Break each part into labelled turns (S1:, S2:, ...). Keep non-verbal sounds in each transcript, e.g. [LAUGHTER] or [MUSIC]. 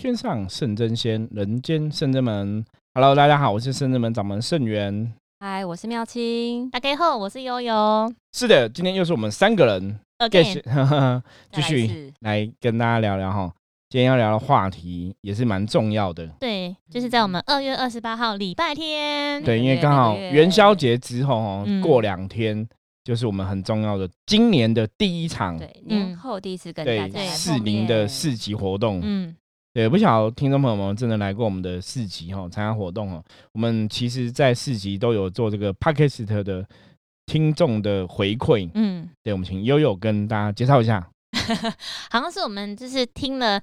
S1: 君上圣真仙，人间圣真门。Hello，大家好，我是圣真门掌门圣元。
S2: 嗨，我是妙清，
S3: 嗯
S2: 大家好，我是悠悠。
S1: 是的，今天又是我们三个人
S2: Again，
S1: 继续呵呵 [LAUGHS] 继
S2: 再来一
S1: 续
S2: 次
S1: 来跟大家聊聊哈。今天要聊的话题也是蛮重要的，
S3: 对，就是在我们二月二十八号礼拜天，
S1: 对，
S2: 个
S1: 因为
S2: 月
S1: 刚
S2: 那个
S1: 好
S2: 月
S1: 元宵节之后哦，
S3: 嗯
S1: 过两天就是我们很重要的今年的第一场
S2: 对，年后第一次跟大
S1: 对
S2: 家来
S1: 市
S2: 碰
S1: 民
S2: 面
S1: 的市集活动，
S3: 嗯，
S1: 对，不晓得听众朋友们真的来过我们的市集哈，参加活动哈。我们其实，在市集都有做这个 podcast 的听众的回馈。
S3: 嗯，
S1: 对，我们请悠悠跟大家介绍一下。
S3: 好像是我们就是听了，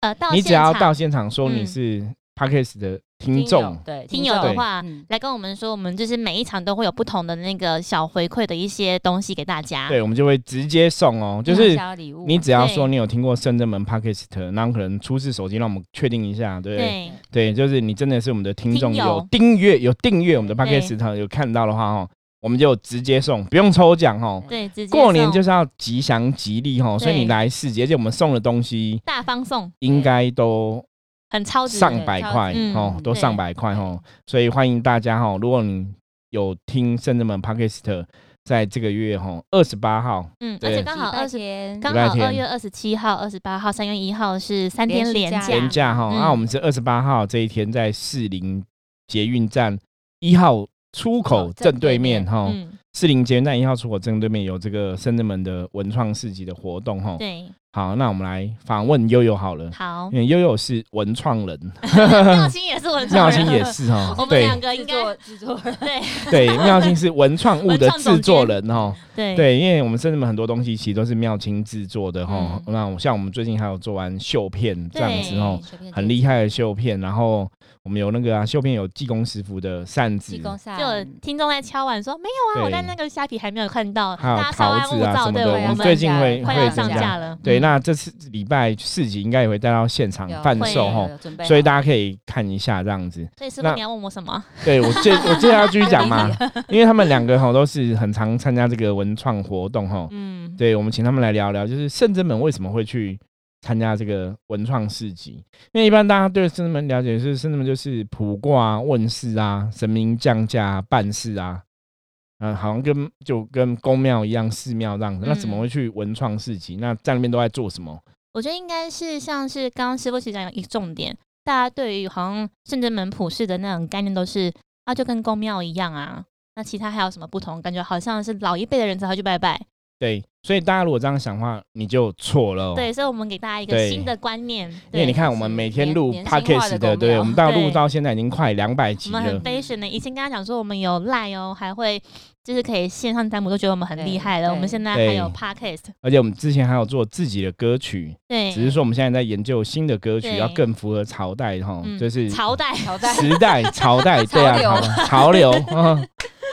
S3: 呃，到
S1: 你只要
S3: 现
S1: 到
S3: 场
S1: 现场说你
S3: 嗯
S1: 是 podcast 的听
S2: 听
S1: 众
S2: 众，，对
S3: 听友
S1: 对
S3: 的话，
S2: 嗯
S3: 来跟我们说，我们就是每一场都会有不同的那个小回馈的一些东西给大家。
S1: 对，我们就会直接送哦。就是
S2: 小礼物，
S1: 你只要说
S3: 对
S1: 你有听过圣正门 podcast，然后可能出示手机让我们确定一下，对不对？
S3: 对
S1: 对，就是你真的是我们的听众，
S3: 听友
S1: 有订阅有订阅我们的
S3: 对
S1: podcast，有看到的话哦，我们就直接送，不用抽奖哦。
S3: 对，直接
S1: 过年
S3: 送
S1: 就是要吉祥吉利哈，所以你
S3: 对
S1: 来市集，而且我们送的东西
S3: 大方送，
S1: 应该都
S3: 很超值。
S1: 上百
S2: 超
S1: 块
S3: 值
S1: 哦，
S2: 嗯
S1: 都
S3: 对
S1: 上百块哦，所以欢迎大家哈，如果你有听圣人们 Podcast，在这个月哈二十八号，
S3: 嗯，而
S1: 对
S3: 且刚好二十，
S2: 天，
S3: 刚
S1: 礼拜
S3: 好
S1: 天
S3: 二月二十七号、二十八号、三月一号是三
S2: 连
S3: 天
S2: 续
S3: 连
S2: 假
S3: 假
S1: 廉
S2: 廉。
S1: 价哈，
S3: 嗯
S1: 啊那我们是二十八号这一天在士林捷运站一号出口
S2: 哦
S1: 正
S2: 正
S1: 对
S2: 对
S1: 面
S2: 面
S1: 哈，
S3: 嗯，
S1: 士林捷运站一号出口正对面有这个圣人们的文创市集的活动哈。
S3: 对，
S1: 好，那我们来访问悠悠好了。 [LAUGHS]
S3: 好，
S1: 因为悠悠是文创人，
S3: 妙心也是我的 [LAUGHS]
S1: 妙
S3: 超人，
S1: 心也是哦
S3: [LAUGHS] 我们
S1: 对
S3: 两个应
S2: 制
S3: 该
S2: 作制作人
S3: [LAUGHS] 对
S1: 对，妙心是文创物的制作人哦，
S3: 对
S1: 对，因为我们甚至们很多东西其实都是妙清制作的哦。
S3: 嗯
S1: 那我像我们最近还有做完绣片这样子哦，
S2: 对随便
S1: 很厉害的绣片，然后我们有那个啊，绣片有济公师傅的扇子
S2: 济，公上
S3: 就有听众在敲碗说没有啊，我在那个虾皮还没有看到，
S1: 还有
S3: 大家稍安
S1: 桃
S3: 勿
S1: 子啊
S3: 躁，
S1: 什么
S3: 对
S1: 的，
S2: 要
S1: 我们
S3: 我
S2: 上
S1: 最
S3: 们
S1: 近
S2: 架
S1: 会
S2: 了
S3: 快
S1: 会
S3: 要
S1: 增
S3: 上
S1: 加。
S3: 架了。
S1: 对，
S3: 嗯
S1: 那这次礼拜市集应该也会带到现场
S2: 有
S1: 贩
S3: 会
S1: 售哈，
S2: 有准备好
S1: 所以大家可以看一下这样子。
S3: 所以师
S1: 那
S3: 傅你要问我什么？
S1: [LAUGHS] 对我接我接下来要继续讲嘛， [LAUGHS] 因为他们两个哈都是很常参加这个文创活动哈。
S3: 嗯，
S1: 对，我们请他们来聊聊，就是圣真门为什么会去参加这个文创市集？因为一般大家对圣真门了解是圣真门就是卜卦啊、问世啊、神明降驾、啊、办事啊，嗯、好像跟就跟宫庙一样，寺庙这样子。那怎么
S3: 嗯
S1: 会去文创市集？那在那边都在做什么？
S3: 我觉得应该是像是刚刚师傅其实讲有一个重点，大家对于好像圣真门普世的那种概念都是啊，就跟宫庙一样啊。那其他还有什么不同？感觉好像是老一辈的人才会去拜拜。
S1: 对，所以大家如果这样想的话，你就错了、哦。
S3: 对，所以我们给大家一
S1: 对
S3: 个新的观念。
S1: 因为
S3: 对
S1: 你看，
S2: 就
S1: 我们
S2: 是
S1: 每天
S2: 年
S1: 录
S2: 年轻化的
S1: podcast 的，
S2: 公
S1: 对，
S2: 庙
S1: 我们到录
S3: 对
S1: 到现在已经快两百
S3: 我
S1: 集
S3: 们
S1: 了
S3: 很。fashion 的，以前跟他讲说我们有 line 哦，还会就是可以线上占卜，都觉得我们很厉害了。
S2: 对
S3: 我们现在
S1: 对
S3: 还有 podcast，
S1: 而且我们之前还有做自己的歌曲，
S3: 对，
S1: 只是说我们现在在研究新的歌曲，
S3: 对
S1: 要更符合朝代哈，
S3: 嗯
S1: 就是
S3: 朝代，
S2: 朝代
S1: 时代朝代，对
S2: 潮
S1: 啊，
S2: 流
S1: 潮潮流啊，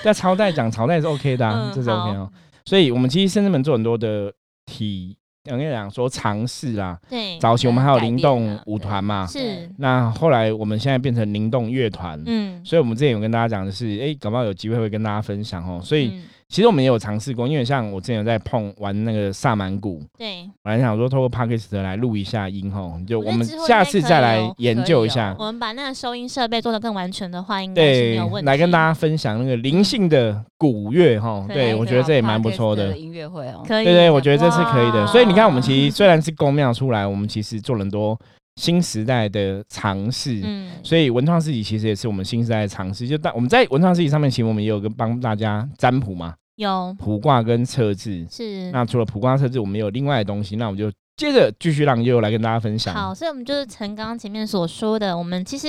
S1: 在朝代讲朝代是 OK 的啊，
S3: 嗯
S1: 这是 OK 哦。所以我们其实深圳门做很多的体，应该讲说尝试啦。
S3: 对，
S1: 早期我们还有灵
S2: 改变
S1: 动
S2: 啊
S1: 舞团嘛，
S3: 是，
S1: 那后来我们现在变成灵动乐团。
S3: 嗯，
S1: 所以，我们之前有跟大家讲的是，哎、搞不好有机会会跟大家分享哦。所以，
S3: 嗯
S1: 其实我们也有尝试过，因为像我之前有在碰玩那个萨满鼓，
S3: 对，
S1: 本来想说透过 Podcast 来录一下音吼，就
S3: 我
S1: 我
S3: 觉得
S1: 们
S3: 之后
S1: 下
S3: 应该
S1: 次
S3: 可
S1: 再
S3: 以
S1: 来
S3: 哦
S1: 研
S2: 可
S1: 究
S2: 以
S1: 一
S2: 哦
S1: 下，
S3: 我们把那个收音设备做得更完全的话，应该是没
S1: 对
S3: 有问，题。
S1: 来跟大家分享那个灵性的古乐吼，
S3: 对哦
S1: 对
S3: 来
S1: 我觉得这也蛮不错
S2: 的
S1: 的。
S2: 音乐会哦，
S3: 可以，
S1: 对对，我觉得这是可以的。
S3: 哇
S1: 所以你看，我们其实虽然是公庙出来，我们其实做了很多新时代的尝试。
S3: 嗯，
S1: 所以文创市集其实也是我们新时代的尝试。就当我们在文创市集上面，其实我们也有跟帮大家占卜嘛，
S3: 有
S1: 卜卦跟测字。
S3: 是
S1: 那除了普光设置，我们有另外的东西，那我们就接着继续让悠悠来跟大家分享。
S3: 好，所以我们就是从刚刚前面所说的，我们其实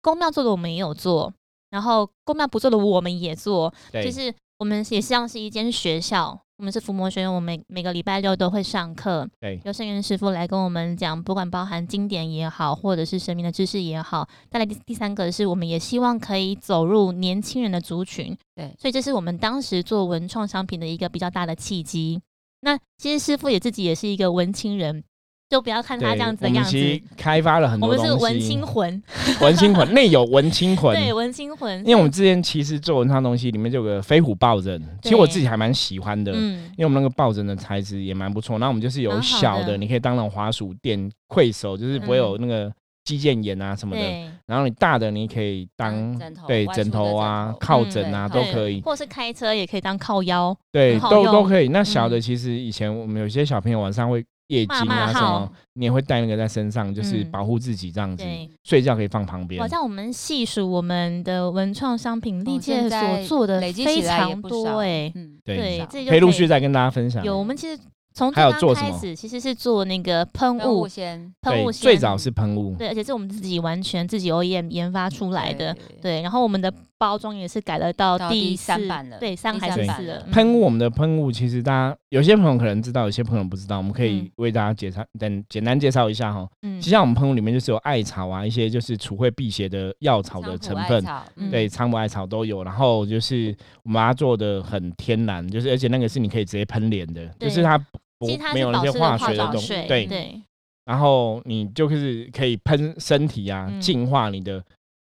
S3: 公庙做的我们也有做，然后公庙不做的我们也做，
S1: 对，
S3: 就是我们也像是一间学校，我们是伏魔学院，我们每每个礼拜六都会上课，
S1: 对
S3: 由圣元师傅来跟我们讲，不管包含经典也好，或者是神明的知识也好。再来第第三个是我们也希望可以走入年轻人的族群，
S2: 对
S3: 所以这是我们当时做文创商品的一个比较大的契机。那其实师傅也自己也是一个文青人，就不要看他
S1: 对
S3: 这样子
S1: 我
S3: 的
S1: 们
S3: 样子，
S1: 其实开发了很
S3: 我
S1: 多
S3: 们
S1: 东西，
S3: 是文青魂，
S1: 文青魂， [LAUGHS] 内有文青魂。
S3: 对文青魂，
S1: 因为我们之前其实做文创东西，里面就有个飞虎抱枕，其实我自己还蛮喜欢的，
S3: 嗯
S1: 因为我们那个抱枕的材质也蛮不错。那我们就是有
S3: 蛮好
S1: 小
S3: 的
S1: 的，你可以当那种滑鼠垫、溃手，就是不会有那个肌腱炎啊什么的。
S3: 对，
S1: 然后你大的你可以当
S4: 当枕头
S1: 对
S4: 外出
S1: 枕
S4: 的
S1: 头啊
S4: 枕、头
S1: 靠
S3: 嗯
S1: 枕啊
S4: 对
S1: 都
S4: 靠
S1: 可
S4: 枕
S1: 以。
S3: 或是开车也可以当靠腰，
S1: 对，
S3: 很好
S1: 都
S3: 用嗯
S1: 都可以。那小的其实以前我们有些小朋友晚上会夜惊
S3: 骂
S1: 啊
S3: 骂
S1: 什么
S3: 号，。
S1: 你也会带那个在身上，就是
S3: 嗯
S1: 保护自己这样子。
S3: 对，
S1: 睡觉可以放旁边
S3: 好。像我们细数我们的文创商品历
S4: 哦
S3: 届
S4: 现在
S3: 所做的
S4: 累积
S3: 非
S4: 起来也
S3: 常
S4: 不
S3: 多
S4: 少
S3: 哎、
S4: 嗯，
S1: 对，
S3: 对，
S4: 少
S3: 自己就
S1: 可以陆续再跟大家分享。
S3: 有。我们其实从
S1: 还有
S3: 最
S1: 做
S3: 刚
S1: 什
S3: 开
S1: 么
S3: 始其实是做那个喷
S4: 喷雾
S3: 雾，
S4: 先
S3: 喷雾
S1: 对，
S3: 线
S1: 最早是喷雾，
S3: 对，而且是我们自己完全自己 OEM 研发出来的。，对，然后我们的包装也是改了到
S4: 到
S3: 第
S4: 第三
S3: 四
S4: 版了
S3: 对，三
S4: 第
S3: 还
S4: 三
S3: 是
S1: 版
S3: 四
S4: 了
S3: 了。嗯
S1: 喷雾我们的喷雾，其实大家有些朋友可能知道，有些朋友不知道，我们可以
S3: 嗯
S1: 为大家介绍，等简单介绍一下哈。
S3: 嗯
S1: 就，像我们喷雾里面就是有艾草啊，一些就是除秽辟邪的药草的成分，
S3: 嗯
S1: 对，苍柏艾草都有。然后就是我们把它做的很天然，就是而且那个是你可以直接喷脸的，就
S3: 对
S1: 是它不
S3: 其实它
S1: 没
S3: 是
S1: 有那
S3: 保
S1: 些
S3: 湿的
S1: 化
S3: 化
S1: 学的
S3: 妆
S1: 东西
S3: 水，，
S1: 对。
S3: 对，
S1: 然后你就是可以喷身体啊，
S3: 嗯
S1: 净化你的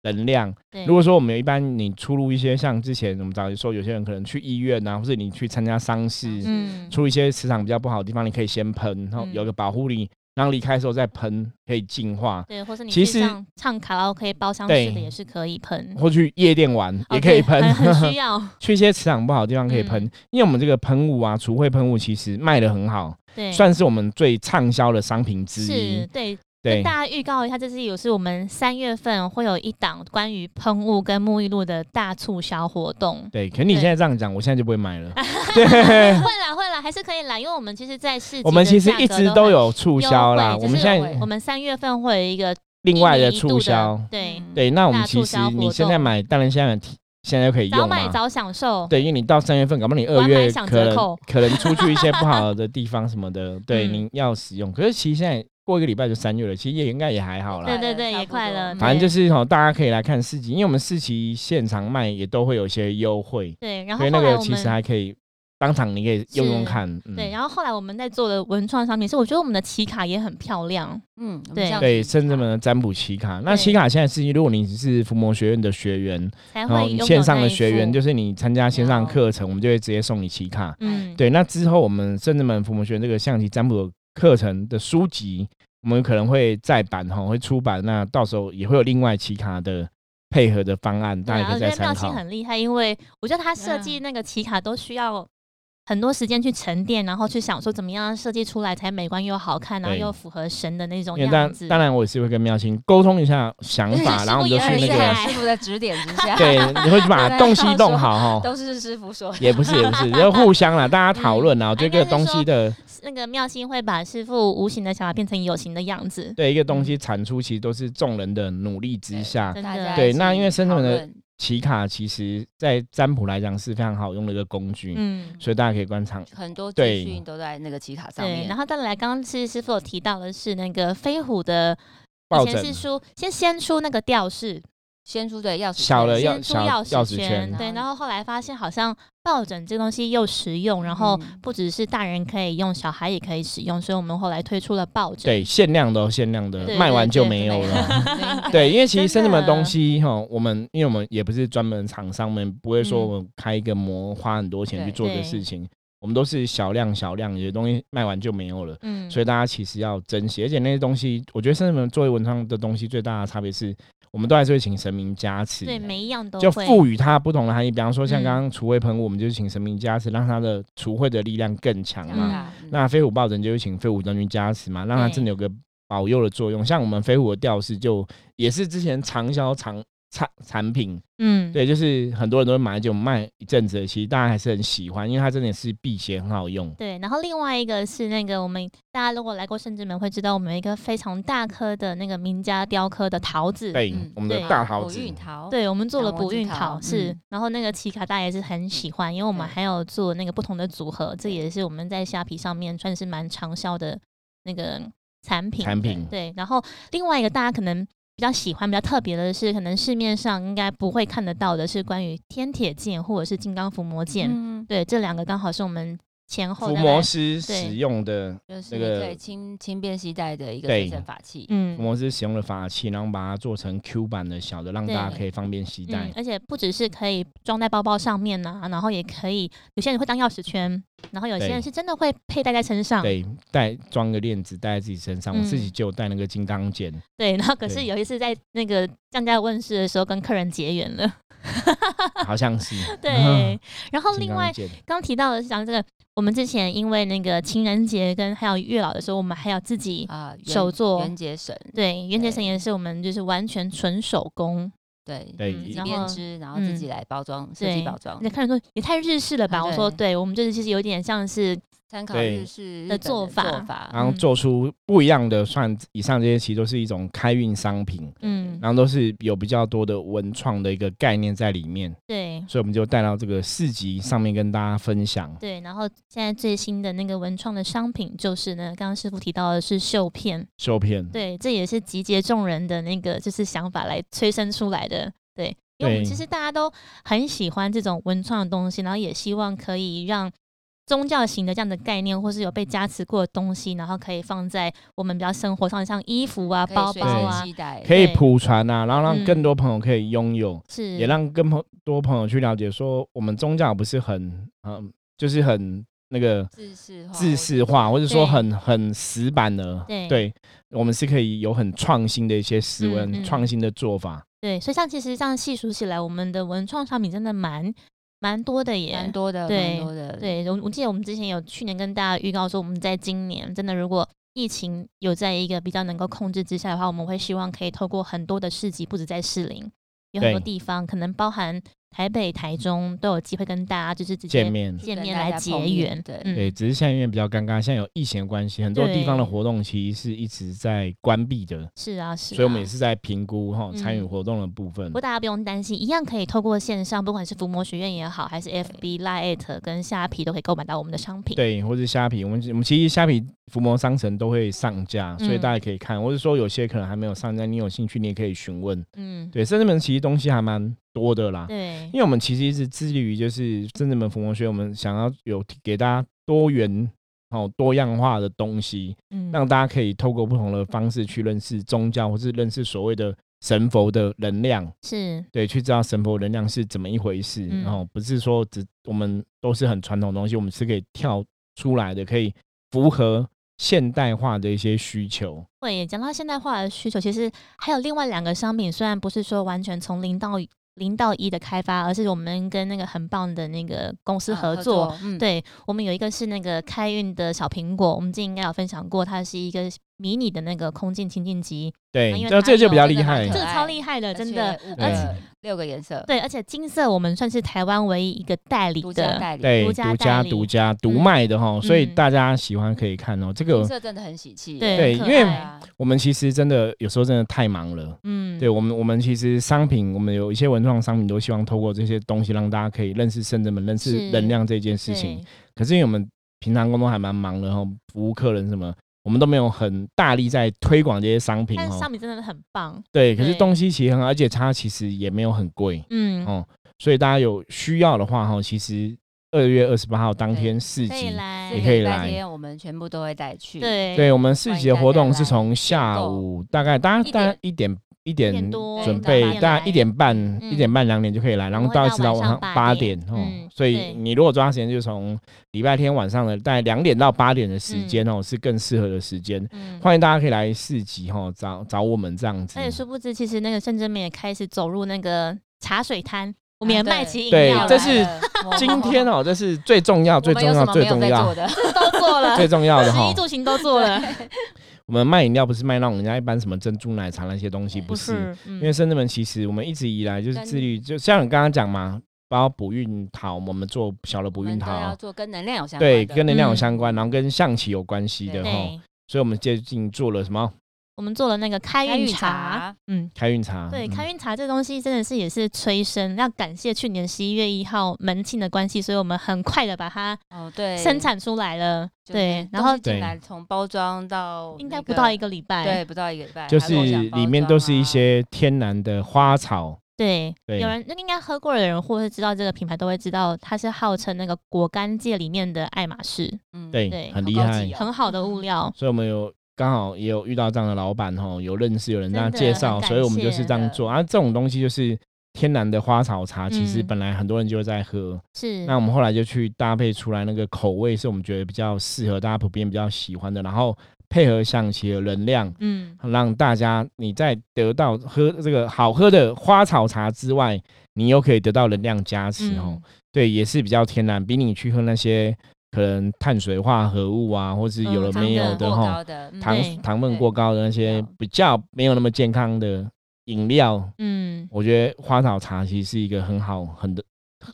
S1: 能量。
S3: 对
S1: 如果说我们一般你出入一些像之前我们早就说有些人可能去医院啊，或是你去参加丧事，
S4: 嗯
S3: 嗯，
S1: 出一些磁场比较不好的地方，你可以先喷，然后有个保护力，然后离开的时候再喷，可以净化。
S3: 对，或是你
S1: 其
S3: 去
S1: 实
S3: 上唱卡拉 OK 包厢式的
S1: 对
S3: 也是可以喷，
S1: 或去夜店玩
S3: 嗯哦
S1: 也可以
S3: 对很
S1: 喷， [LAUGHS]
S3: 很嗯需要。
S1: 去一些磁场不好的地方可以喷，因为我们这个喷雾啊，除秽喷雾其实卖的很好，
S3: 对，
S1: 算是我们最畅销的商品之
S3: 是
S1: 一。
S3: 对。
S1: 对
S3: 跟，大家预告一下，这是有是我们三月份会有一档关于喷雾跟沐浴露的大促销活动。
S1: 对，可你
S3: 对
S1: 现在这样讲，我现在就不会买
S3: [LAUGHS]
S1: 了。对， [LAUGHS]
S3: 会啦会啦，还是可以啦，因为我们其实，在市集
S1: 我们
S3: 的
S1: 其实
S3: 价
S1: 一
S3: 格
S1: 直
S3: 还
S1: 都有促销啦，
S3: 优惠
S1: 我们
S4: 就是
S1: 现
S4: 有
S1: 在
S3: 我们三月份会有一个
S1: 另外
S3: 一
S1: 的
S3: 年一度
S1: 促销。嗯
S3: 对，
S1: 对，那我们
S3: 大
S1: 其
S3: 促
S1: 实
S3: 销
S1: 你
S3: 活
S1: 现在
S3: 动
S1: 买，当然现在买现在就可以
S3: 早
S1: 用
S3: 买
S1: 嘛。
S3: 早享受。
S1: 对，因为你到三月份，搞不好你二
S3: 晚买
S1: 月
S3: 享
S1: 可
S3: 折
S1: 能
S3: 扣
S1: 可能出去一些不好
S3: [LAUGHS]
S1: 的地方什么的，对，
S3: 嗯
S1: 你要使用。可是其实现在过一个礼拜就三月了，其实也应该也还好啦
S3: 对。对对，
S4: 差
S3: 也
S4: 不
S3: 快
S4: 多
S3: 了。
S1: 反正
S3: 对
S1: 就是哦，大家可以来看市集，因为我们市集现场卖也都会有一些优惠，
S3: 对，然后
S1: 所以那
S3: 后来
S1: 个
S3: 我
S1: 其实
S3: 们
S1: 还可以当场你可以用用
S3: 是
S1: 看。嗯
S3: 对，然后后来我们在做的文创商品是，我觉得我们的旗卡也很漂亮。
S4: 嗯，我们
S3: 对
S4: 这样
S1: 对，
S4: 子
S2: 啊
S1: 甚至们的占卜奇卡，那奇
S3: 对
S1: 卡现在是，如果你是伏魔学院的学员，
S3: 才
S1: 然后
S3: 会
S1: 你
S3: 拥
S1: 线
S3: 有
S1: 上
S3: 那
S1: 的
S3: 一
S1: 学员，
S3: 副哦
S1: 就是你参加线上
S4: 了
S1: 课程，我们就会直接送你奇卡。
S4: 哎
S3: 嗯，
S1: 对，那之后我们甚至们伏魔学院这个象棋占卜课程的书籍，我们可能会再版哈，会出版。那到时候也会有另外奇卡的配合的方案，
S3: 对
S1: 大家
S3: 啊
S1: 可以
S3: 我
S1: 再
S3: 觉得
S1: 参
S3: 妙心
S1: 考。嗯
S3: 很厉害，因为我觉得他设计那个旗卡都需要很多时间去沉淀，然后去想说怎么样设计出来才美观又好看，然后
S1: 对
S3: 又符合神的那种
S1: 因为当
S3: 样子。
S1: 当然，我也是会跟妙心沟通一下想
S3: [LAUGHS]
S1: 法，然后我们就
S3: 师傅
S1: 去那
S4: 厉
S3: 也很厉
S1: 个
S4: 害
S3: 害，
S4: 师傅的指点之
S3: 啊
S4: 下，
S1: 对，你会去把
S3: [LAUGHS]
S4: 对
S1: 东西弄好哈。
S4: 都是师傅说的。
S1: 也不是也不是，就互相啦，
S3: [LAUGHS] 嗯
S1: 大家讨论啊啦。我
S3: 啊
S1: 觉得这个东西的
S3: 那个妙心会把师傅无形的想法变成有形的样子，
S1: 对一个东西产出，其实都是众人的努力之下。
S3: 真
S4: 大家
S3: 的
S1: 对
S4: 一起
S1: 那因为深圳的
S4: 讨论
S1: 奇卡其实，在占卜来讲是非常好用的一个工具，
S3: 嗯。
S1: 所以大家可以观察。
S4: 很多资
S1: 对
S4: 讯都在那个奇卡上
S3: 对，
S4: 面
S3: 然，后再来，刚刚是师傅有提到的是那个飞虎的，
S1: 抱
S3: 以
S1: 枕
S3: 前是出先先出那个吊饰，
S4: 先出对钥匙
S1: 小的
S4: 圈
S1: 钥
S3: 先出
S1: 小
S3: 钥
S1: 钥
S3: 匙
S1: 匙圈
S3: 圈，对，然后后来发现好像抱枕这东西又实用，然后
S4: 嗯
S3: 不只是大人可以用，小孩也可以使用，所以我们后来推出了抱枕。
S1: 对，限量的哦，限量的，
S3: 对
S1: 卖完
S4: 对
S1: 就
S4: 对
S1: 没有
S4: 就
S3: [LAUGHS]
S1: 了。
S4: 了
S1: 对，因为其实生
S3: 真
S1: 什
S3: 的
S1: 么东西哈，我们因为我们也不是专门厂商，我们不会说
S3: 嗯
S1: 我们开一个模花很多钱去
S4: 对
S1: 做的
S3: 对
S1: 事情，我们都是小量小量，有些东西卖完就没有了。
S3: 嗯，
S1: 所以大家其实要珍惜，而且那些东西，我觉得甚至我们作为文创的东西，最大的差别是我们都还是会请神明加持，啊
S3: 对每一样都
S1: 就
S3: 会
S1: 赋予它不同的含义。比方说，像
S3: 嗯
S1: 刚刚除秽喷雾，我们就请神明加持，让它的除秽的力量更强
S4: 强
S1: 嘛。
S4: 大嗯
S1: 那飞虎抱枕就是请飞虎将军加持嘛，让它真的有个保佑的作用。像我们飞虎的吊饰就也是之前畅销长产产品，
S3: 嗯，
S1: 对，就是很多人都会买，就卖一阵子了，其实大家还是很喜欢，因为它真的是辟邪，很好用。
S3: 对，然后另外一个是那个我们大家如果来过圣之门会知道，我们有一个非常大颗的那个名家雕刻的桃子，
S1: 对，
S4: 嗯
S1: 我们的
S3: 对啊
S1: 大桃
S4: 古
S1: 子，
S4: 韵桃，
S3: 对，我们做了
S4: 掌握
S3: 补
S4: 之
S3: 运
S4: 桃
S3: 桃是，
S4: 嗯
S3: 然后那个奇卡大家也是很
S1: 嗯
S3: 喜欢，因为我们
S4: 对
S3: 还有做那个不同的组合，这也是我们在虾皮上面算是蛮畅销的那个产品。
S1: 产品
S3: 对，然后另外一个大家可能比较喜欢、比较特别的是，可能市面上应该不会看得到的是关于天铁剑或者是金刚伏魔剑。
S4: 嗯，
S3: 对，这两个刚好是我们。前后
S1: 伏
S3: 的
S1: 魔
S3: 来，
S1: 师
S3: 对嗯
S1: 使用的
S4: 就是
S1: 那个
S4: 对轻轻便携带的一个
S1: 对
S4: 随身法器。
S1: 伏
S3: 嗯
S1: 魔师使用的法器，然后把它做成 Q 版的小的，让大
S3: 对
S1: 家可以方便携带
S3: 嗯，。而且不只是可以装在包包上面呐、然后也可以有些人会当钥匙圈，然后有些
S1: 对
S3: 人是真的会佩戴在身上，
S1: 对，带装个链子戴在自己身上，我自
S3: 嗯
S1: 己就有带那个金刚
S3: [LAUGHS]
S1: 剑，
S3: 对，然后可是
S1: 对
S3: 有一次在那个降价问世的时候跟客人结缘了， [LAUGHS]
S1: 好像是
S3: 对，然后
S1: 金
S3: 哦另
S1: 刚
S3: 外嗯
S1: 剑，
S3: 刚提到的是讲这个，我们之前因为那个情人节跟还有月老的时候，我们还有自己
S4: 啊，元
S3: 手作
S4: 元节绳，
S3: 对袁杰神
S4: 对
S3: 也是我们就是完全纯手工，
S4: 对，
S1: 对
S3: 嗯
S1: 一
S4: 自己
S3: 然
S4: 编
S3: 后
S4: 织，然后自己
S3: 嗯
S4: 来包装，设计
S3: 对
S4: 包装，
S3: 那客人说也太日式了吧？
S4: 哦啊
S3: 我说
S4: 对
S3: 对，我们这其实有点像是
S4: 参考
S1: 对
S4: 日式日
S3: 的
S4: 本
S3: 做法
S4: 做法。
S1: 然后
S3: 嗯
S1: 做出不一样的，算以上这些其实都是一种开运商品，
S3: 嗯
S1: 然后都是有比较多的文创的一个概念在里面，
S3: 对
S1: 所以我们就带到这个市集上面跟大家分享。
S3: 对，然后现在最新的那个文创的商品就是呢，刚刚师傅提到的是绣片，
S1: 修片，
S3: 对，这也是集结众人的那个就是想法来催生出来的，对。因为我们
S1: 对
S3: 其实大家都很喜欢这种文创的东西，然后也希望可以让宗教型的这样的概念，或是有被加持过的东西，然后可以放在我们比较生活上，像衣服啊、
S4: 可以
S3: 包
S4: 随
S3: 包
S4: 身
S3: 啊，
S4: 携带，
S1: 可以
S3: 对
S1: 普传啊，然后让
S3: 嗯
S1: 更多朋友可以拥有，
S3: 是
S1: 也让更朋多朋友去了解说，我们宗教不是很嗯，就是很那个
S4: 自式化
S1: 自
S4: 或
S1: 式化，或者说
S3: 对
S1: 很很死板的，
S3: 对
S1: 我们是可以有很创新的一些思维、
S3: 哎嗯嗯
S1: 创新的做法。
S3: 对，所以像其实这样细数起来，我们的文创商品真的蛮蛮多的耶。
S4: 蛮多的，
S3: 对
S4: 蛮多的，，
S3: 对，我我记得我们之前有去年跟大家预告说，我们在今年真的如果疫情有在一个比较能够控制之下的话，我们会希望可以透过很多的市集，不止在士林，有很多
S1: 对
S3: 地方，可能包含台北、台中都有机会跟大家就是直接
S1: 见面，
S3: 见
S4: 跟
S3: 面
S4: 大
S3: 来
S4: 家
S3: 结
S4: 碰面
S3: 缘。
S4: 对
S3: 嗯
S1: 对，只是现在因为比较尴尬，现在有疫情的关系，很多地方的
S3: 对
S1: 活动其实是一直在关闭的，
S3: 是啊，是啊。
S1: 所以我们也是在评估哈
S3: 嗯
S1: 参与活动的部分
S3: 不过。大家不用担心，一样可以透过线上，不管是伏魔学院也好，还是 FB、Lite 跟虾皮都可以购买到我们的商品。
S1: 对，或是虾皮，我们我们其实虾皮、伏魔商城都会上架，所以
S3: 嗯
S1: 大家可以看，或者说有些可能还没有上架，你有兴趣你也可以询问。
S3: 嗯，
S1: 对，啊圣至门其实东西还蛮多的啦，
S3: 对
S1: 因为我们其实一直致力于就是圣至门伏魔学，我们想要有给大家多元哦多样化的东西，
S3: 嗯
S1: 让大家可以透过不同的方式去认识宗教，或是认识所谓的神佛的能量，
S3: 是
S1: 对，去知道神佛能量是怎么一回事。
S3: 嗯
S1: 然后不是说只我们都是很传统的东西，我们是可以跳出来的，可以符合现代化的一些需求。
S3: 会讲到现代化的需求，其实还有另外两个商品，虽然不是说完全从零到零到一的开发，而是我们跟那个很棒的那个公司
S4: 啊
S3: 合
S4: 合
S3: 作。，
S4: 嗯，
S3: 对我们有一个是那个开运的小苹果，我们之前应该有分享过，它是一个迷你的那个空间情境机，
S1: 对
S3: 啊因，为
S1: 这
S3: 它
S1: 这就
S4: 有
S1: 比较
S4: 那
S1: 厉
S4: 个
S1: 害
S4: 可
S3: 这。个
S4: 爱
S3: 超厉害的，
S4: 而
S3: 真
S4: 且
S3: 的。
S4: 五
S1: 而
S4: 个六个颜色，
S3: 对，而且金色我们算是台湾唯一一个代理
S4: 独家
S3: 的，
S4: 代理，
S1: 对，
S3: 独家
S1: 独
S3: 代
S1: 家、
S3: 理
S1: 独家、独卖的哈，所以
S3: 嗯
S1: 大家喜欢可以看哦。这
S4: 颜
S1: 个
S4: 色真的很喜气，
S3: 对
S1: 对
S3: 很可
S1: 因为
S4: 对
S3: 爱
S4: 啊
S1: 我们其实真的有时候真的太忙了。
S3: 嗯，
S1: 对我们，我们其实商品，我们有一些文创商品，都希望透过这些东西让大家可以认识圣人们、认识
S3: 是
S1: 能量这件事情。可是因为我们平常工作还蛮忙的哈，服务客人什么，我们都没有很大力在推广这些商
S3: 对，
S1: 品
S3: 但是
S1: 哈
S3: 商。品真的很棒，
S1: 对，可是
S3: 对
S1: 东西其实很好，而且它其实也没有很贵
S3: 嗯，
S1: 哦，所以大家有需要的话哈，其实二月二十八号当天市
S3: 可以
S1: 集，
S3: 来
S1: 也
S4: 这，
S1: 可
S4: 个
S1: 以
S4: 礼拜
S1: 来
S4: 天我们全部都会带去，，
S3: 对
S1: 对我们市
S4: 欢
S1: 集
S4: 迎
S1: 的
S4: 大
S1: 活
S4: 家
S1: 动是
S4: 来
S1: 从下
S4: 购
S1: 午大概大
S4: 一
S1: 家大概一
S4: 点
S1: 点一
S3: 一
S1: 点
S3: 点多
S1: 准
S4: 对
S1: 备
S4: 大，
S1: 大概一点半、
S3: 嗯
S1: 一点半、两点就可以来，然
S3: 我
S1: 后
S3: 们
S1: 到
S3: 会
S1: 一
S3: 到
S1: 直到
S3: 晚
S1: 晚
S3: 上
S1: 上
S3: 八
S1: 八
S3: 点
S1: 点哦。
S3: 嗯
S1: 所以
S3: 对
S1: 你如果抓时间，就从礼拜天晚上的大概两点到八点的时间哦，是更适合的时间。
S3: 嗯，
S1: 欢迎大家可以来市集哦，找找我们这样子
S3: 而。且殊不知，其实那个圣真美也开始走入那个茶水摊，我们也
S4: 啊
S3: 卖
S4: 对
S3: 起饮
S1: 对
S3: 料
S1: 这
S3: 来，
S1: 是今天哦，这是最重要、
S4: [LAUGHS] 我
S1: 最
S4: 们
S1: 重
S4: 有
S1: 要
S4: 什、么
S1: 最
S4: 没有
S1: 重
S4: 在做
S1: 要、
S4: 的，
S3: 都做了，
S1: 最重要
S3: [LAUGHS]
S1: 的
S3: 食
S1: 哈
S3: 衣。住行都做
S1: [LAUGHS]
S3: 了，
S1: 我们卖饮料不是卖那种人家一般什么珍珠奶茶那些东西，不
S3: 不
S1: 是。
S3: 是，嗯
S4: 嗯
S1: 因
S3: 因
S1: 为深圳门其实我们一直以来就是
S4: 跟
S1: 致力于，就像你刚刚讲嘛，包括补运桃，我们做小的
S4: 我
S1: 补
S4: 们
S1: 运
S4: 都要
S1: 桃，
S4: 做跟能量有相关
S1: 啊对，
S4: 的，
S1: 跟能量有
S3: 嗯
S1: 相关，然后跟象棋有关系的
S4: 对
S1: 哈。
S3: 对，
S1: 所以我们最近做了什么
S3: 我们做了那个开
S4: 开
S3: 运
S4: 运
S3: 茶，
S4: 茶，
S3: 嗯。
S1: 开运茶？
S3: 对，
S1: 嗯
S3: 开运茶这东西真的是也是催生，要感谢去年十一月一号门庆的关系，所以我们很快的把它
S4: 哦对，
S3: 生产出来了。
S4: 就是
S3: 对，然
S4: 东
S3: 后
S4: 西进
S1: 对
S4: 来从包装到
S3: 应该
S4: 那
S3: 不到一
S4: 个
S3: 个礼拜，
S4: 对，不到一个礼拜，
S1: 就
S4: 还有
S1: 是
S4: 想包啊
S1: 里面
S4: 装
S1: 都是一
S4: 啊
S1: 些天然的花草
S3: 对，
S1: 对
S3: 有人那个应该喝过的人，或是知道这个品牌，都会知道它是号称那个果干界里面的爱马仕，
S4: 嗯，
S1: 对，
S3: 对
S1: 很
S4: 好
S1: 厉
S4: 高级
S1: 害
S4: 哦。
S3: 很好的物料。
S1: 所以我们有刚好也有遇到这样的老板哈，有认识有人这样
S3: 真的
S1: 介
S3: 很
S1: 绍，
S3: 感
S1: 所以我们就是
S3: 谢
S1: 这样做啊。这种东西就是天然的花草茶，其实
S3: 嗯
S1: 本来很多人就在喝，
S3: 是，
S1: 那我们后来就去搭配出来那个口味是我们觉得比较适合大家普遍比较喜欢的，然后配合象棋的能量。
S3: 嗯，
S1: 让大家你在得到喝这个好喝的花草茶之外，你又可以得到能量加持哦。
S3: 嗯
S1: 对，也是比较天然，比你去喝那些可能碳水化合物啊，或是有
S3: 嗯
S1: 的
S3: 糖
S1: 没有
S3: 分
S1: 的
S4: 过
S1: 哈、
S4: 高的嗯
S1: 糖
S3: 对
S1: 糖分
S4: 对
S1: 过高的那些比较没有那么健康的饮料，
S3: 嗯，
S1: 我觉得花草茶其实是一个很好很的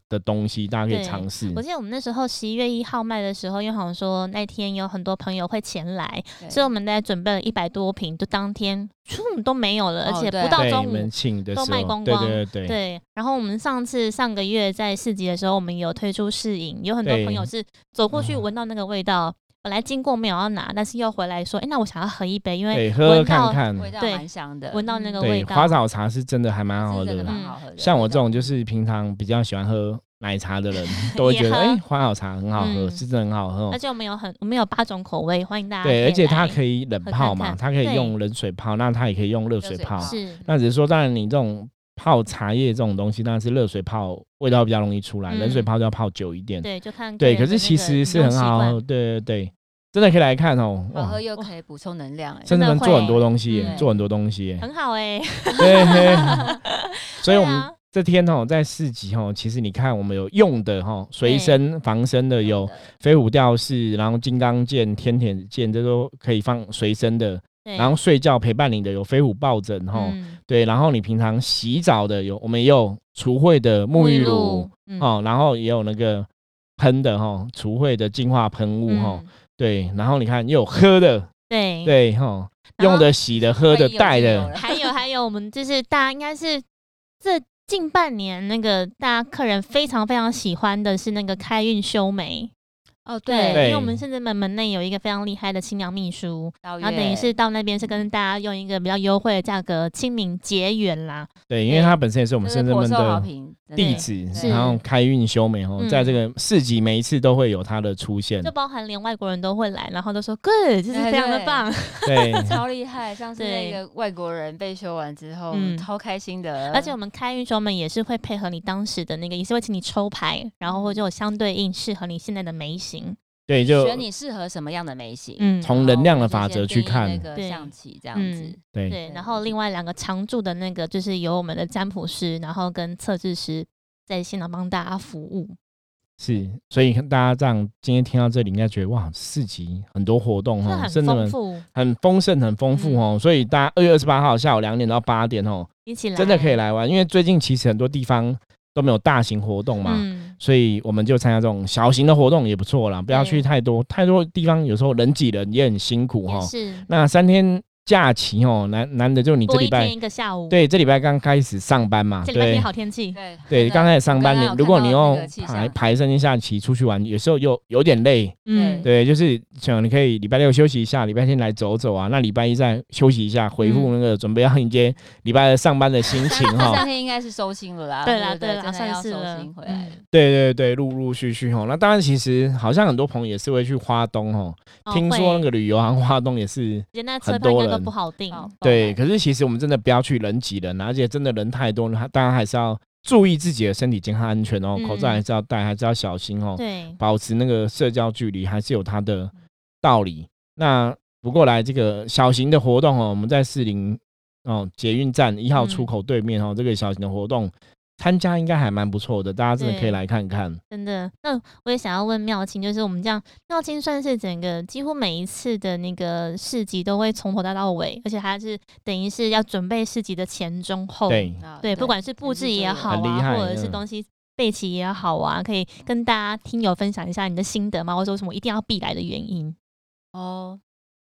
S1: 的东西，大家可以
S3: 对
S1: 尝试
S3: 我。记得我们那时候十一月一号卖的时候，因为好像说那天有很多朋友会前来，
S4: 对
S3: 所以我们大概准备了一百多瓶，就当天中午都没有了，
S4: 哦
S3: 而且
S4: 对
S3: 不到
S1: 对，
S3: 中
S1: 你
S3: 午
S1: 们。请的时
S3: 都
S1: 候，
S3: 卖光
S1: 对
S3: 光
S1: 对对对
S3: 对，然后我们上次上个月在市集的时候，我们有推出试饮，有很多
S1: 对
S3: 朋友是走过去
S1: 嗯
S3: 闻到那个味道，本来经过没有要拿，但是又回来说，哎，那我想要喝一杯，因为
S1: 对，喝喝
S3: 闻到
S1: 看看，
S4: 嗯味道
S3: 对
S4: 蛮香的，嗯
S3: 闻到那个
S1: 对，
S3: 味道
S1: 花草茶是真的还蛮嗯好
S4: 是
S1: 的
S4: 真的
S1: 啦。
S4: 蛮
S3: 嗯
S4: 好喝的。
S1: 像我这种
S4: 味道
S1: 就是平常比较喜欢喝奶茶的人，都会
S3: 也
S1: 觉得
S3: 喝
S1: 哎、花草茶很好喝，
S3: 嗯
S1: 是真的很好喝哦
S3: 而。且我们有很我们有八种口味，欢迎大家可以
S1: 对，
S3: 来。
S1: 而且它可以冷
S3: 喝
S1: 泡
S3: 看
S1: 嘛，
S3: 看
S1: 它可以
S3: 对
S1: 用冷水泡，那它也可以用热
S4: 热
S1: 水
S4: 水
S1: 泡。
S4: 泡
S3: 是
S1: 那只是说，当然你这种泡茶叶这种东西，当然是热水泡味道比较容易出来，冷水
S3: 嗯
S1: 泡就要泡久一点。
S3: 对，就看个
S1: 对，
S3: 人
S1: 可
S3: 的
S1: 是
S3: 那
S1: 其
S3: 个
S1: 实
S3: 饮
S1: 是
S3: 用
S1: 很
S3: 习
S1: 好
S3: 惯
S1: 喝，对对对，真的可以来看哦。
S4: 好喝
S1: 哇，
S4: 又可以补充能量，哎
S1: 甚
S3: 真
S1: 至
S3: 的
S1: 能做很
S3: 会
S1: 多东西耶，
S4: 嗯
S1: 做很多东西耶。
S3: 很好哎、
S1: 对，
S3: [LAUGHS]
S1: 嘿 [LAUGHS] 所以我们
S3: 啊
S1: 这天哦，在市集哦，其实你看我们有用的哈，随
S3: 对
S1: 身防身的有
S4: 真的
S1: 飞虎吊饰，然后金刚剑、天铁剑，这都可以放随身的。
S3: 对，
S1: 然后睡觉陪伴你的有飞虎抱枕哈，
S3: 嗯
S1: 对，然后你平常洗澡的有我们也有除秽的沐浴露，
S3: 嗯
S1: 哦，然后也有那个喷的哈，除秽的净化喷雾哈，
S3: 嗯
S1: 对，然后你看又有喝的，
S3: 对，
S1: 对哈，
S3: 然后
S1: 用的、洗的、喝
S4: 万一
S1: 的、
S4: 有就
S1: 带
S4: 有
S1: 的，
S4: 了
S3: 还有还有，我们就是大家应该是这近半年那个大家客人非常非常喜欢的是那个开运修眉，
S4: 哦，
S3: 对，
S1: 对
S3: 因为我们甚至门门内有一个非常厉害的清凉秘书，
S4: 然
S3: 然后等于是到那边是跟大家用一个比较优惠的价格亲民结缘啦，
S1: 对，因为它本身也是我们深圳门
S4: 好
S1: 的
S4: 评
S1: 地
S4: 真的
S1: 址，
S4: 是
S1: 然后开运修眉哦，
S3: 嗯
S1: 在这个市集每一次都会有它的出现
S3: 就，包含连外国人都会来，然后都说 good，就是非常的
S4: 对
S3: 棒，
S1: 对，
S4: [LAUGHS] 超厉害。上次那
S3: 对
S4: 个外国人被修完之后
S3: 嗯，
S4: 超开心的，
S3: 而且我们开运手们也是会配合你当时的那个，也是会请你抽牌，然后或
S4: 嗯
S3: 者有相对应适合你现在的眉形。
S1: 对，就
S4: 选你适合什么样的眉形，
S3: 嗯，
S1: 从能量的法则去看
S4: 然后哦我们就先定义那
S3: 对
S4: 个象棋这样
S3: 嗯
S4: 子。
S1: 对
S3: 对。
S4: 嗯
S3: 然后另外两个常驻的那个，就是由我们的占卜师，然后跟测字师在现场帮大家服务。
S1: 是，所以大家这样今天听到这里，应该觉得哇，市集很多活动
S3: 这
S1: 哦，
S3: 很
S1: 真的
S3: 丰
S1: 很
S3: 富，
S1: 很丰盛、很丰富哦。所以大家二月二十八号下午两点到八点哦，
S3: 一起来
S1: 真的可以来玩，因为最近其实很多地方都没有大型活动嘛。
S3: 嗯，
S1: 所以我们就参加这种小型的活动也不错啦，不要
S3: 对
S1: 去太多太多地方，有时候人挤人也很辛苦
S3: 也
S1: 哈。
S3: 是
S1: 那三天假期哦，难难得就你这
S3: 多
S1: 礼
S3: 一
S1: 拜
S3: 天一个下午。，
S1: 对，这礼拜刚开始上班嘛，
S3: 这礼拜
S1: 对
S3: 天好天气。
S4: 对
S1: 对，
S4: [LAUGHS]
S1: 刚开始上班
S4: 我刚
S1: 你
S3: 啊
S4: 刚有
S1: 如果你
S4: 看到那
S1: 用
S4: 个气象
S1: 排排身下棋出去玩，有时候又有点累，
S3: 嗯，
S1: 对，就是想你可以礼拜六休息一下，礼拜天来走走啊，那礼拜一再休息一下，回
S3: 嗯
S1: 复那个准备要迎接礼拜二上班的心情
S3: [LAUGHS]
S4: 这三
S1: 哈。
S4: 天应该是收心了啦，
S3: 对
S4: 啦
S3: 啦对啦，
S4: 真的
S3: 算
S4: 要
S3: 是
S4: 收
S3: 了
S4: 心回来了。
S3: 嗯
S1: 对对对，陆陆续续哈。那当然，其实好像很多朋友也是会去花东哦，
S3: 哦
S1: 听说那
S3: 会
S1: 个旅游行花东也是。
S3: 人家车
S1: 很多
S3: 票应该都
S1: 人
S3: 不好订。
S4: 好
S1: 对，，可是其实我们真的不要去人挤人啊，而且真的人太多了，大家还是要注意自己的身体健康安全哦，
S3: 嗯
S1: 口罩还是要戴，还是要小心哦。
S3: 对，嗯
S1: 保持那个社交距离还是有它的道理。那不过来这个小型的活动哦，我们在士林哦捷运站一号
S3: 嗯
S1: 出口对面哦，这个小型的活动参加应该还蛮不错的，大家真的可以
S3: 对
S1: 来看看。
S3: 真的，那我也想要问妙清，就是我们这样，妙清算是整个几乎每一次的那个市集都会从头搭到尾，而且它是等于是要准备市集的前中后，
S1: 对，
S4: 啊
S3: 对不管是布置也好
S1: 很厉
S3: 啊，
S1: 害
S3: 或者是
S1: 嗯
S3: 东西备齐也好啊，可以跟大家听友分享一下你的心得吗？或者说什么一定要必来的原因？
S4: 哦，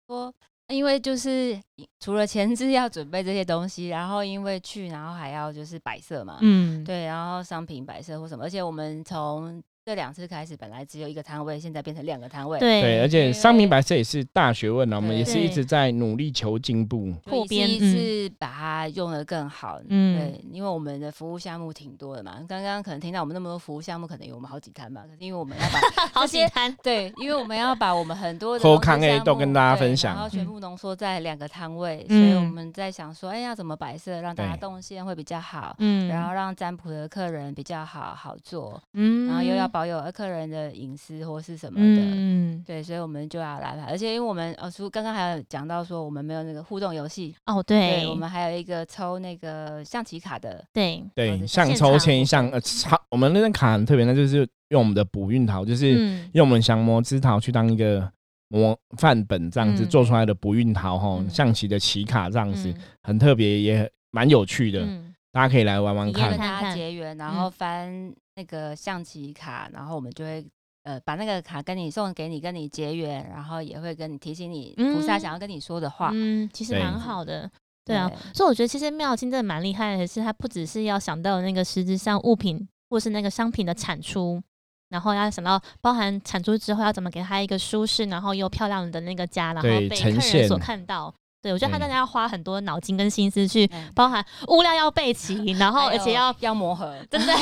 S4: 我因为就是除了前置要准备这些东西，然后因为去，然后还要就是摆设嘛，
S3: 嗯，
S4: 对，然后商品摆设或什么，而且我们从这两次开始，本来只有一个摊位，现在变成两个摊位，，
S3: 对
S1: 对，而且
S4: 对
S1: 商明白这也是大学问啊了，我们也是
S3: 对
S1: 一直在努力求进步。
S3: 扩编
S4: 一
S3: 嗯
S4: 次把它用的更好。
S3: 嗯
S4: 对，因为我们的服务项目挺多的嘛，刚刚可能听到我们那么多服务项目，可能有我们好几摊吧。可是因为我们要把
S3: [LAUGHS] 好
S4: 这些
S3: 简单，
S4: 对，因为我们要把我们很多的
S1: 口
S4: 工作
S1: 腔诶
S4: 项
S1: 都
S4: 目
S1: 跟大家
S4: 对
S1: 分享
S4: 然后全
S3: 嗯
S4: 部浓缩在两个摊位，所以我
S3: 嗯
S4: 们在想说，哎，要怎么摆设让大家
S1: 对
S4: 动线会比较好，
S3: 嗯
S4: 然后让占卜的客人比较好好做，
S3: 嗯
S4: 然后又要保有客人的隐私或是什么的。
S3: 嗯
S4: 对，所以我们就要来排，而且因为我们哦，叔刚刚还有讲到说我们没有那个互动游戏，
S3: 哦
S4: 对
S3: 对
S4: 我们还有一个抽那个象棋卡的，
S3: 哦对
S4: 我
S1: 对，
S4: 的
S1: 像
S3: 现
S1: 抽
S3: 场
S1: 签一项，呃，超我们那张卡很特别，那就是用我们的补运桃，就是
S3: 嗯
S1: 用我们降魔之桃去当一个模范本这样子
S3: 嗯
S1: 做出来的补运桃哈，
S3: 嗯
S1: 象棋的棋卡这样子，很特别，也蛮有趣的，
S3: 嗯
S1: 大家可以来玩玩
S3: 体验
S1: 看
S3: 看
S4: 跟。
S3: 看嗯
S4: 大家结缘，然后翻那个象棋卡，然后我们就会呃把那个卡跟你送给你，跟你结缘，然后也会跟你提醒你菩萨
S3: 嗯
S4: 想要跟你说的话。
S3: 嗯，其实
S1: 对
S3: 蛮好的。对啊，所以我觉得其实妙清真的蛮厉害的，是他不只是要想到那个实质上物品或是那个商品的产出，然后要想到包含产出之后要怎么给他一个舒适，然后又漂亮的那个家，然后
S1: 对
S3: 被客
S1: 呈现嗯
S3: 人所看到。对，我觉得他
S1: 对
S3: 真的要花很多脑筋跟心思去，
S4: 嗯
S3: 包含物料要
S1: [LAUGHS]
S3: 备齐，然后
S4: 还
S3: 而且
S4: 有
S3: 要，
S4: 要磨合，
S3: 真的，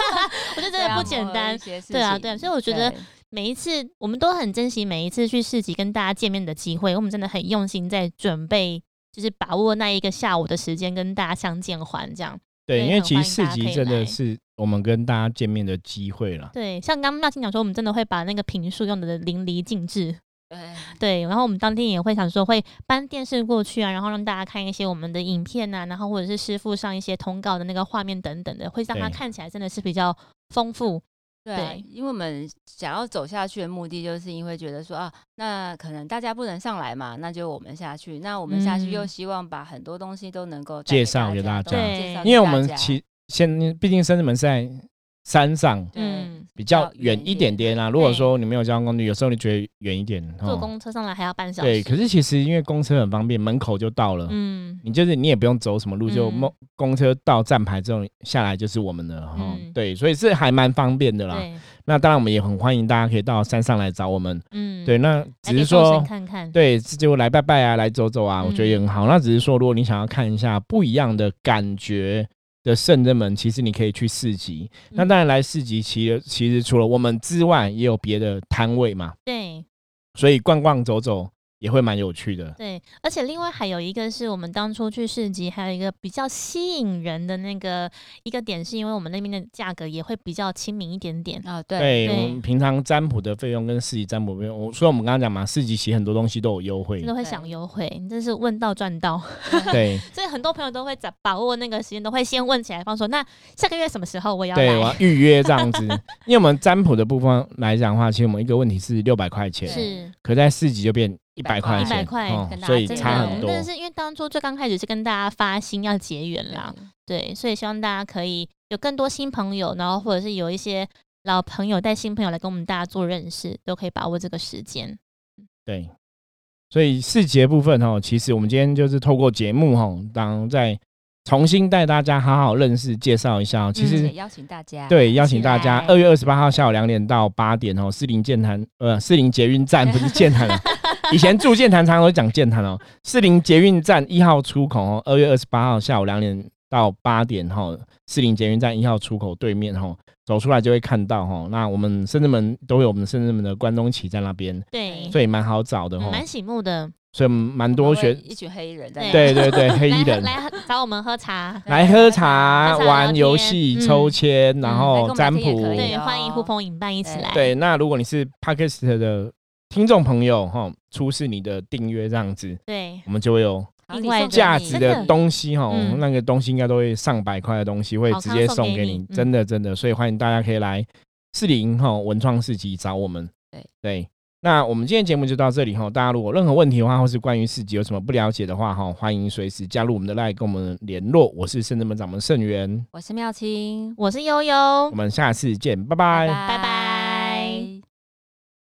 S3: [LAUGHS] 我觉得
S4: [LAUGHS]
S3: 真
S4: 对要
S3: 的不
S4: 磨
S3: 简
S4: 合
S3: 单
S4: 一。些事
S3: 对啊
S4: 情
S3: 对啊所以我觉得
S4: 对
S3: 每一次我们都很珍惜每一次去市集跟大家见面的机会，我们真的很用心在准备，就是把握那一个下午的时间跟大家相见欢这样。
S1: 对，
S3: 对
S1: 因为
S3: 很
S1: 其
S3: 欢
S1: 实市
S3: 迎大家可
S1: 集
S3: 以
S1: 真的
S3: 来
S1: 是我们跟大家见面的机会了。
S3: 对，像刚刚妙清讲说，我们真的会把那个评述用的淋漓尽致。
S4: 对
S3: 对，然后我们当天也会想说会搬电视过去啊，然后让大家看一些我们的影片啊，然后或者是师傅上一些通告的那个画面等等的，会让它
S1: 对
S3: 看起来真的是比较丰富。
S4: 对啊
S3: 对，
S4: 因为我们想要走下去的目的，就是因为觉得说啊，那可能大家不能上来嘛，那就我们下去。那我们下去又
S3: 嗯
S4: 希望把很多东西都能够带
S1: 介绍给大
S4: 大
S1: 家
S4: 都能介绍
S3: 对
S4: 给
S1: 因为我
S4: 大
S1: 们
S3: 啊
S4: 家
S1: 其现毕竟深圳门是在山上，
S4: 对
S3: 嗯，
S1: 比较
S4: 较远
S1: 远
S4: 一
S1: 一点点啦、如果说你没有交通工具，有时候你觉得远一点，
S3: 坐
S1: 哦
S3: 公车上来还要半小时。
S1: 对，可是其实因为公车很方便，门口就到了。
S3: 嗯，
S1: 你就是你也不用走什么路，就
S3: 嗯
S1: 公公车到站牌之后下来就是我们的哈、哦
S3: 嗯
S1: 对，所以是还蛮方便的啦。
S3: 对，
S1: 那当然我们也很欢迎大家可以到山上来找我们。
S3: 嗯，
S1: 对，，那只是
S3: 众
S1: 说
S3: 生看看，
S1: 对，就来拜拜啊，来走走啊，
S3: 嗯
S1: 我觉得也很好。那只是说，如果你想要看一下不一样的感觉的圣人们，其实你可以去市集。那
S3: 嗯
S1: 当然来市集，其实其实除了我们之外，也有别的摊位嘛，
S3: 对
S1: 所以逛逛走走也会蛮有趣的。
S3: 对，而且另外还有一个是我们当初去市集，还有一个比较吸引人的那个一个点，是因为我们那边的价格也会比较亲民一点点。
S4: 啊、
S1: 对
S3: 对
S1: 我们平常占卜的费用跟市集占卜费用，我所以我们刚刚讲嘛，市集其实很多东西都有优惠
S3: 真。的会享优惠，你真是问到赚到， [LAUGHS]
S1: 对
S3: 所以很多朋友都会把把握那个时间，都会先问起来，方说那下个月什么时候我也要
S1: 对，我
S3: 来
S1: 要？预约这样子，因为我们占卜的部分来讲的话，其实我们一个问题是六百块钱，
S3: 是
S1: 可在市集就变一百块
S4: 100
S1: 钱，
S3: 块啊
S1: 哦
S4: 跟大家
S1: 所以
S4: 真的
S1: 差
S3: 我
S1: 很
S3: 们
S1: 多
S3: 真。的是因为当初最刚开始是跟大家发心要结缘
S1: 啊
S3: 啦，对，所以希望大家可以有更多新朋友，然后或者是有一些老朋友带新朋友来跟我们大家做认识，都可以把握这个时间。
S1: 对，所以市集的部分哦，其实我们今天就是透过节目哦，当再重新带大家好好认识、介绍一下哦。其
S4: 对
S3: 嗯
S1: 实、
S4: 也邀请大家
S1: 对，邀
S4: 起
S1: 请大家
S4: 来啊
S1: 二月二十八号下午两点到八点哦，士林健谈呃士林捷运站不是健谈
S4: [LAUGHS]
S1: 啊，以前住健谈常常都讲健谈哦，士林捷运站一号出口哦，二月二十八号下午两点到八点哦，士林捷运站一号出口对面哦，走出来就会看到哦。那我们深圳门都有我们深圳门的关东旗在那边，
S4: 哎
S3: 对，
S1: 所以蛮好找的
S3: 嗯
S1: 哦，
S3: 蛮醒目的，
S1: 所以蛮
S4: 我
S1: 多
S4: 们会
S1: 学
S4: 一群黑衣人在那
S1: 对对
S4: [LAUGHS]
S1: 对黑衣
S3: 来喝
S1: 人。
S3: 来喝找我们喝茶，
S1: 来喝茶、
S3: 喝茶
S1: 玩
S3: 聊
S1: 游
S3: 天
S1: 戏、
S3: 嗯
S1: 抽签，然
S3: 嗯
S4: 来跟我
S1: 后
S4: 们
S1: 占
S4: 聊天也
S1: 卜，
S4: 可以
S3: 对，
S4: 哦
S3: 欢迎呼朋引伴一起
S4: 对
S3: 来。
S1: 对，那如果你是 Podcast 的听众朋友哈，出示你的订阅这样子，
S3: 对
S1: 我们就会有
S4: 好
S3: 另
S4: 礼
S3: 外
S4: 送
S3: 一
S4: 给
S1: 价
S4: 你
S1: 值
S3: 真
S1: 的
S3: 的
S1: 东西哈，
S3: 嗯
S1: 那个东西应该都会上百块的东西会
S3: 好
S1: 直
S3: 康
S1: 接
S3: 送
S1: 送
S3: 给
S1: 给你，
S3: 你嗯
S1: 真的真的，所以欢迎大家可以来四零哈文创市集找我们。
S4: 对
S1: 对。那我们今天节目就到这里哈，大家如果有任何问题的话，或是关于市集有什么不了解的话哈，欢迎随时加入我们的 LINE 跟我们联络。我是圣智门掌门盛元，
S4: 我是妙清，
S3: 我是悠悠
S1: 我，们下次见，拜
S4: 拜
S1: 拜。
S3: 拜拜。